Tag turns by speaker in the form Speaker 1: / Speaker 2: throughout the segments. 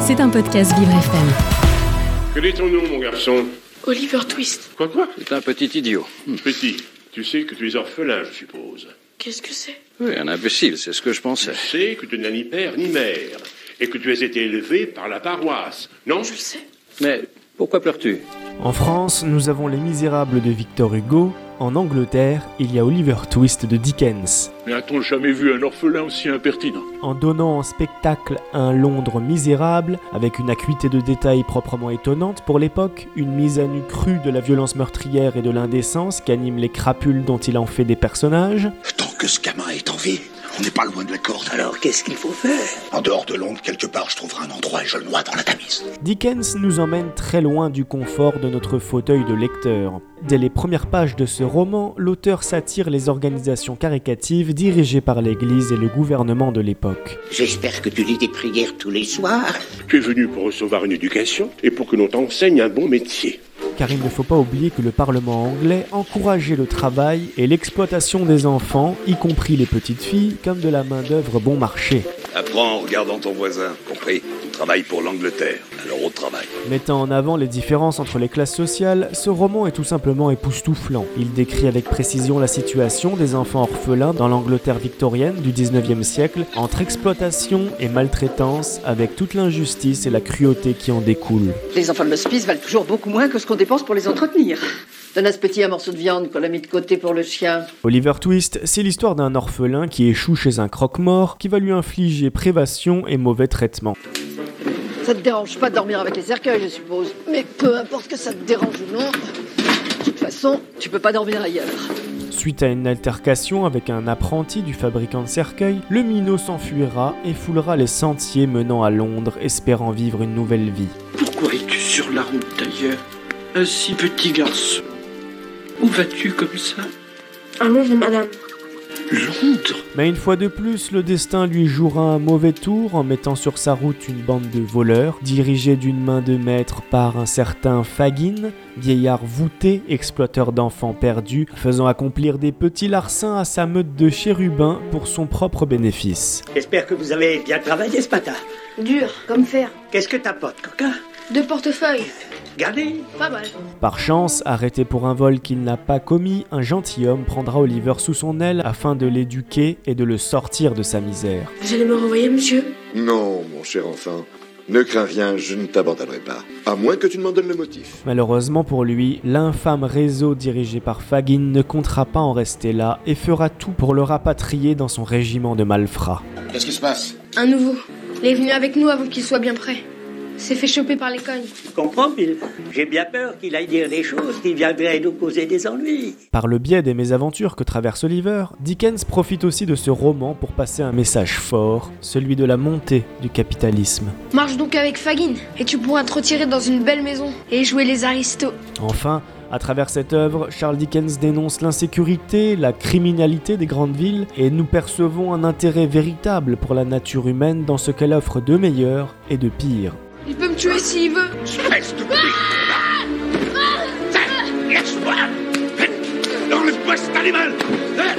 Speaker 1: C'est un podcast Vivre FM.
Speaker 2: Quel est ton nom, mon garçon
Speaker 3: Oliver Twist,
Speaker 2: Quoi, quoi
Speaker 4: C'est un petit idiot.
Speaker 2: Petit, tu sais que tu es orphelin, je suppose.
Speaker 3: qu'est-ce que c'est
Speaker 4: Oui, un imbécile, c'est ce que je pensais.
Speaker 2: Tu sais que tu n'as ni père ni mère, et que tu as été élevé par la paroisse, non
Speaker 3: Je le sais.
Speaker 4: Mais pourquoi pleures-tu
Speaker 5: En France, nous avons Les Misérables de Victor Hugo. En Angleterre, il y a Oliver Twist de Dickens.
Speaker 2: Mais a-t-on jamais vu un orphelin aussi impertinent
Speaker 5: En donnant en spectacle un Londres misérable, avec une acuité de détails proprement étonnante pour l'époque, une mise à nu crue de la violence meurtrière et de l'indécence qu'animent les crapules dont il en fait des personnages,
Speaker 6: Tant que ce gamin est en vie, on n'est pas loin de la corde. Alors
Speaker 7: Qu'est-ce qu'il faut faire
Speaker 6: En dehors de Londres, quelque part, je trouverai un endroit et je le noie dans la Tamise.
Speaker 5: Dickens nous emmène très loin du confort de notre fauteuil de lecteur. Dès les premières pages de ce roman, l'auteur satire les organisations caricatives dirigées par l'Église et le gouvernement de l'époque.
Speaker 7: J'espère que tu lis des prières tous les soirs.
Speaker 2: Tu es venu pour recevoir une éducation et pour que l'on t'enseigne un bon métier.
Speaker 5: Car il ne faut pas oublier que le Parlement anglais encourageait le travail et l'exploitation des enfants, y compris les petites filles, comme de la main-d'œuvre bon marché,
Speaker 8: Apprends en regardant ton voisin, compris Tu travailles pour l'Angleterre, alors au travail.
Speaker 5: Mettant en avant les différences entre les classes sociales, ce roman est tout simplement époustouflant. Il décrit avec précision la situation des enfants orphelins dans l'Angleterre victorienne du 19e siècle, entre exploitation et maltraitance, avec toute l'injustice et la cruauté qui en découlent.
Speaker 9: Les enfants de l'hospice valent toujours beaucoup moins que ce qu'on dépense pour les entretenir. Donne à ce petit un morceau de viande qu'on a mis de côté pour le chien.
Speaker 5: Oliver Twist, c'est l'histoire d'un orphelin qui échoue chez un croque-mort qui va lui infliger privation et mauvais traitements.
Speaker 9: Ça te dérange pas de dormir avec les cercueils, je suppose. Mais peu importe que ça te dérange ou non, de toute façon, tu peux pas dormir ailleurs.
Speaker 5: Suite à une altercation avec un apprenti du fabricant de cercueils, le minot s'enfuira et foulera les sentiers menant à Londres, espérant vivre une nouvelle vie.
Speaker 10: Pourquoi es-tu sur la route d'ailleurs Un si petit garçon. Où vas-tu comme ça
Speaker 3: Un Londres, madame.
Speaker 10: Londres
Speaker 5: Mais une fois de plus, le destin lui jouera un mauvais tour en mettant sur sa route une bande de voleurs, dirigée d'une main de maître par un certain Fagin, vieillard voûté, exploiteur d'enfants perdus, faisant accomplir des petits larcins à sa meute de chérubins pour son propre bénéfice.
Speaker 7: J'espère que vous avez bien travaillé ce matin.
Speaker 3: Dur, comme fer.
Speaker 7: Qu'est-ce que t'apportes, coquin
Speaker 3: Deux portefeuilles,
Speaker 7: Gardez
Speaker 3: pas mal.
Speaker 5: Par chance, arrêté pour un vol qu'il n'a pas commis, un gentilhomme prendra Oliver sous son aile afin de l'éduquer et de le sortir de sa misère.
Speaker 3: Vous allez me renvoyer, monsieur
Speaker 8: Non, mon cher enfant. Ne crains rien, je ne t'abandonnerai pas. À moins que tu ne m'en donnes le motif.
Speaker 5: Malheureusement pour lui, l'infâme réseau dirigé par Fagin ne comptera pas en rester là et fera tout pour le rapatrier dans son régiment de malfrats.
Speaker 6: Qu'est-ce qui se passe
Speaker 3: Un nouveau. Il est venu avec nous avant qu'il soit bien prêt. S'est fait choper par les cognes.
Speaker 7: Je comprends, Bill. J'ai bien peur qu'il aille dire des choses qui viendraient nous causer des ennuis.
Speaker 5: Par le biais des mésaventures que traverse Oliver, Dickens profite aussi de ce roman pour passer un message fort, celui de la montée du capitalisme.
Speaker 3: Marche donc avec Fagin, et tu pourras te retirer dans une belle maison et jouer les aristos.
Speaker 5: Enfin, à travers cette œuvre, Charles Dickens dénonce l'insécurité, la criminalité des grandes villes, et nous percevons un intérêt véritable pour la nature humaine dans ce qu'elle offre de meilleur et de pire.
Speaker 3: Il peut me tuer s'il veut.
Speaker 6: Espèce de Lâche-moi Enlève-moi cet animal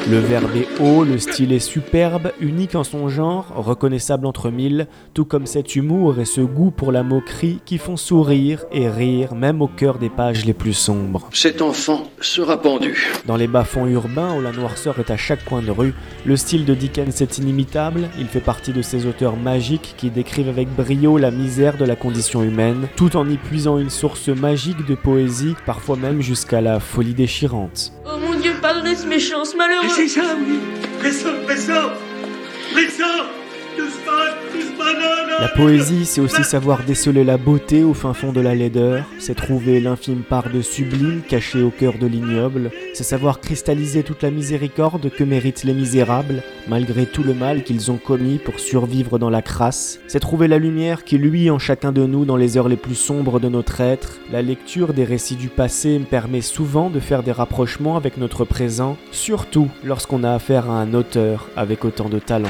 Speaker 5: Le verbe est haut, le style est superbe, unique en son genre, reconnaissable entre mille, tout comme cet humour et ce goût pour la moquerie qui font sourire et rire même au cœur des pages les plus sombres.
Speaker 4: Cet enfant sera pendu.
Speaker 5: Dans les bas-fonds urbains où la noirceur est à chaque coin de rue, le style de Dickens est inimitable, il fait partie de ces auteurs magiques qui décrivent avec brio la misère de la condition humaine, tout en y puisant une source magique de poésie, parfois même jusqu'à la folie déchirante.
Speaker 3: Oh mon dieu, pardonnez ce méchant, ce malheureux.
Speaker 7: C'est ça, oui. Pressons, pressons Pressons
Speaker 5: La poésie, c'est aussi savoir déceler la beauté au fin fond de la laideur, c'est trouver l'infime part de sublime cachée au cœur de l'ignoble, c'est savoir cristalliser toute la miséricorde que méritent les misérables, malgré tout le mal qu'ils ont commis pour survivre dans la crasse, c'est trouver la lumière qui luit en chacun de nous dans les heures les plus sombres de notre être. La lecture des récits du passé me permet souvent de faire des rapprochements avec notre présent, surtout lorsqu'on a affaire à un auteur avec autant de talent.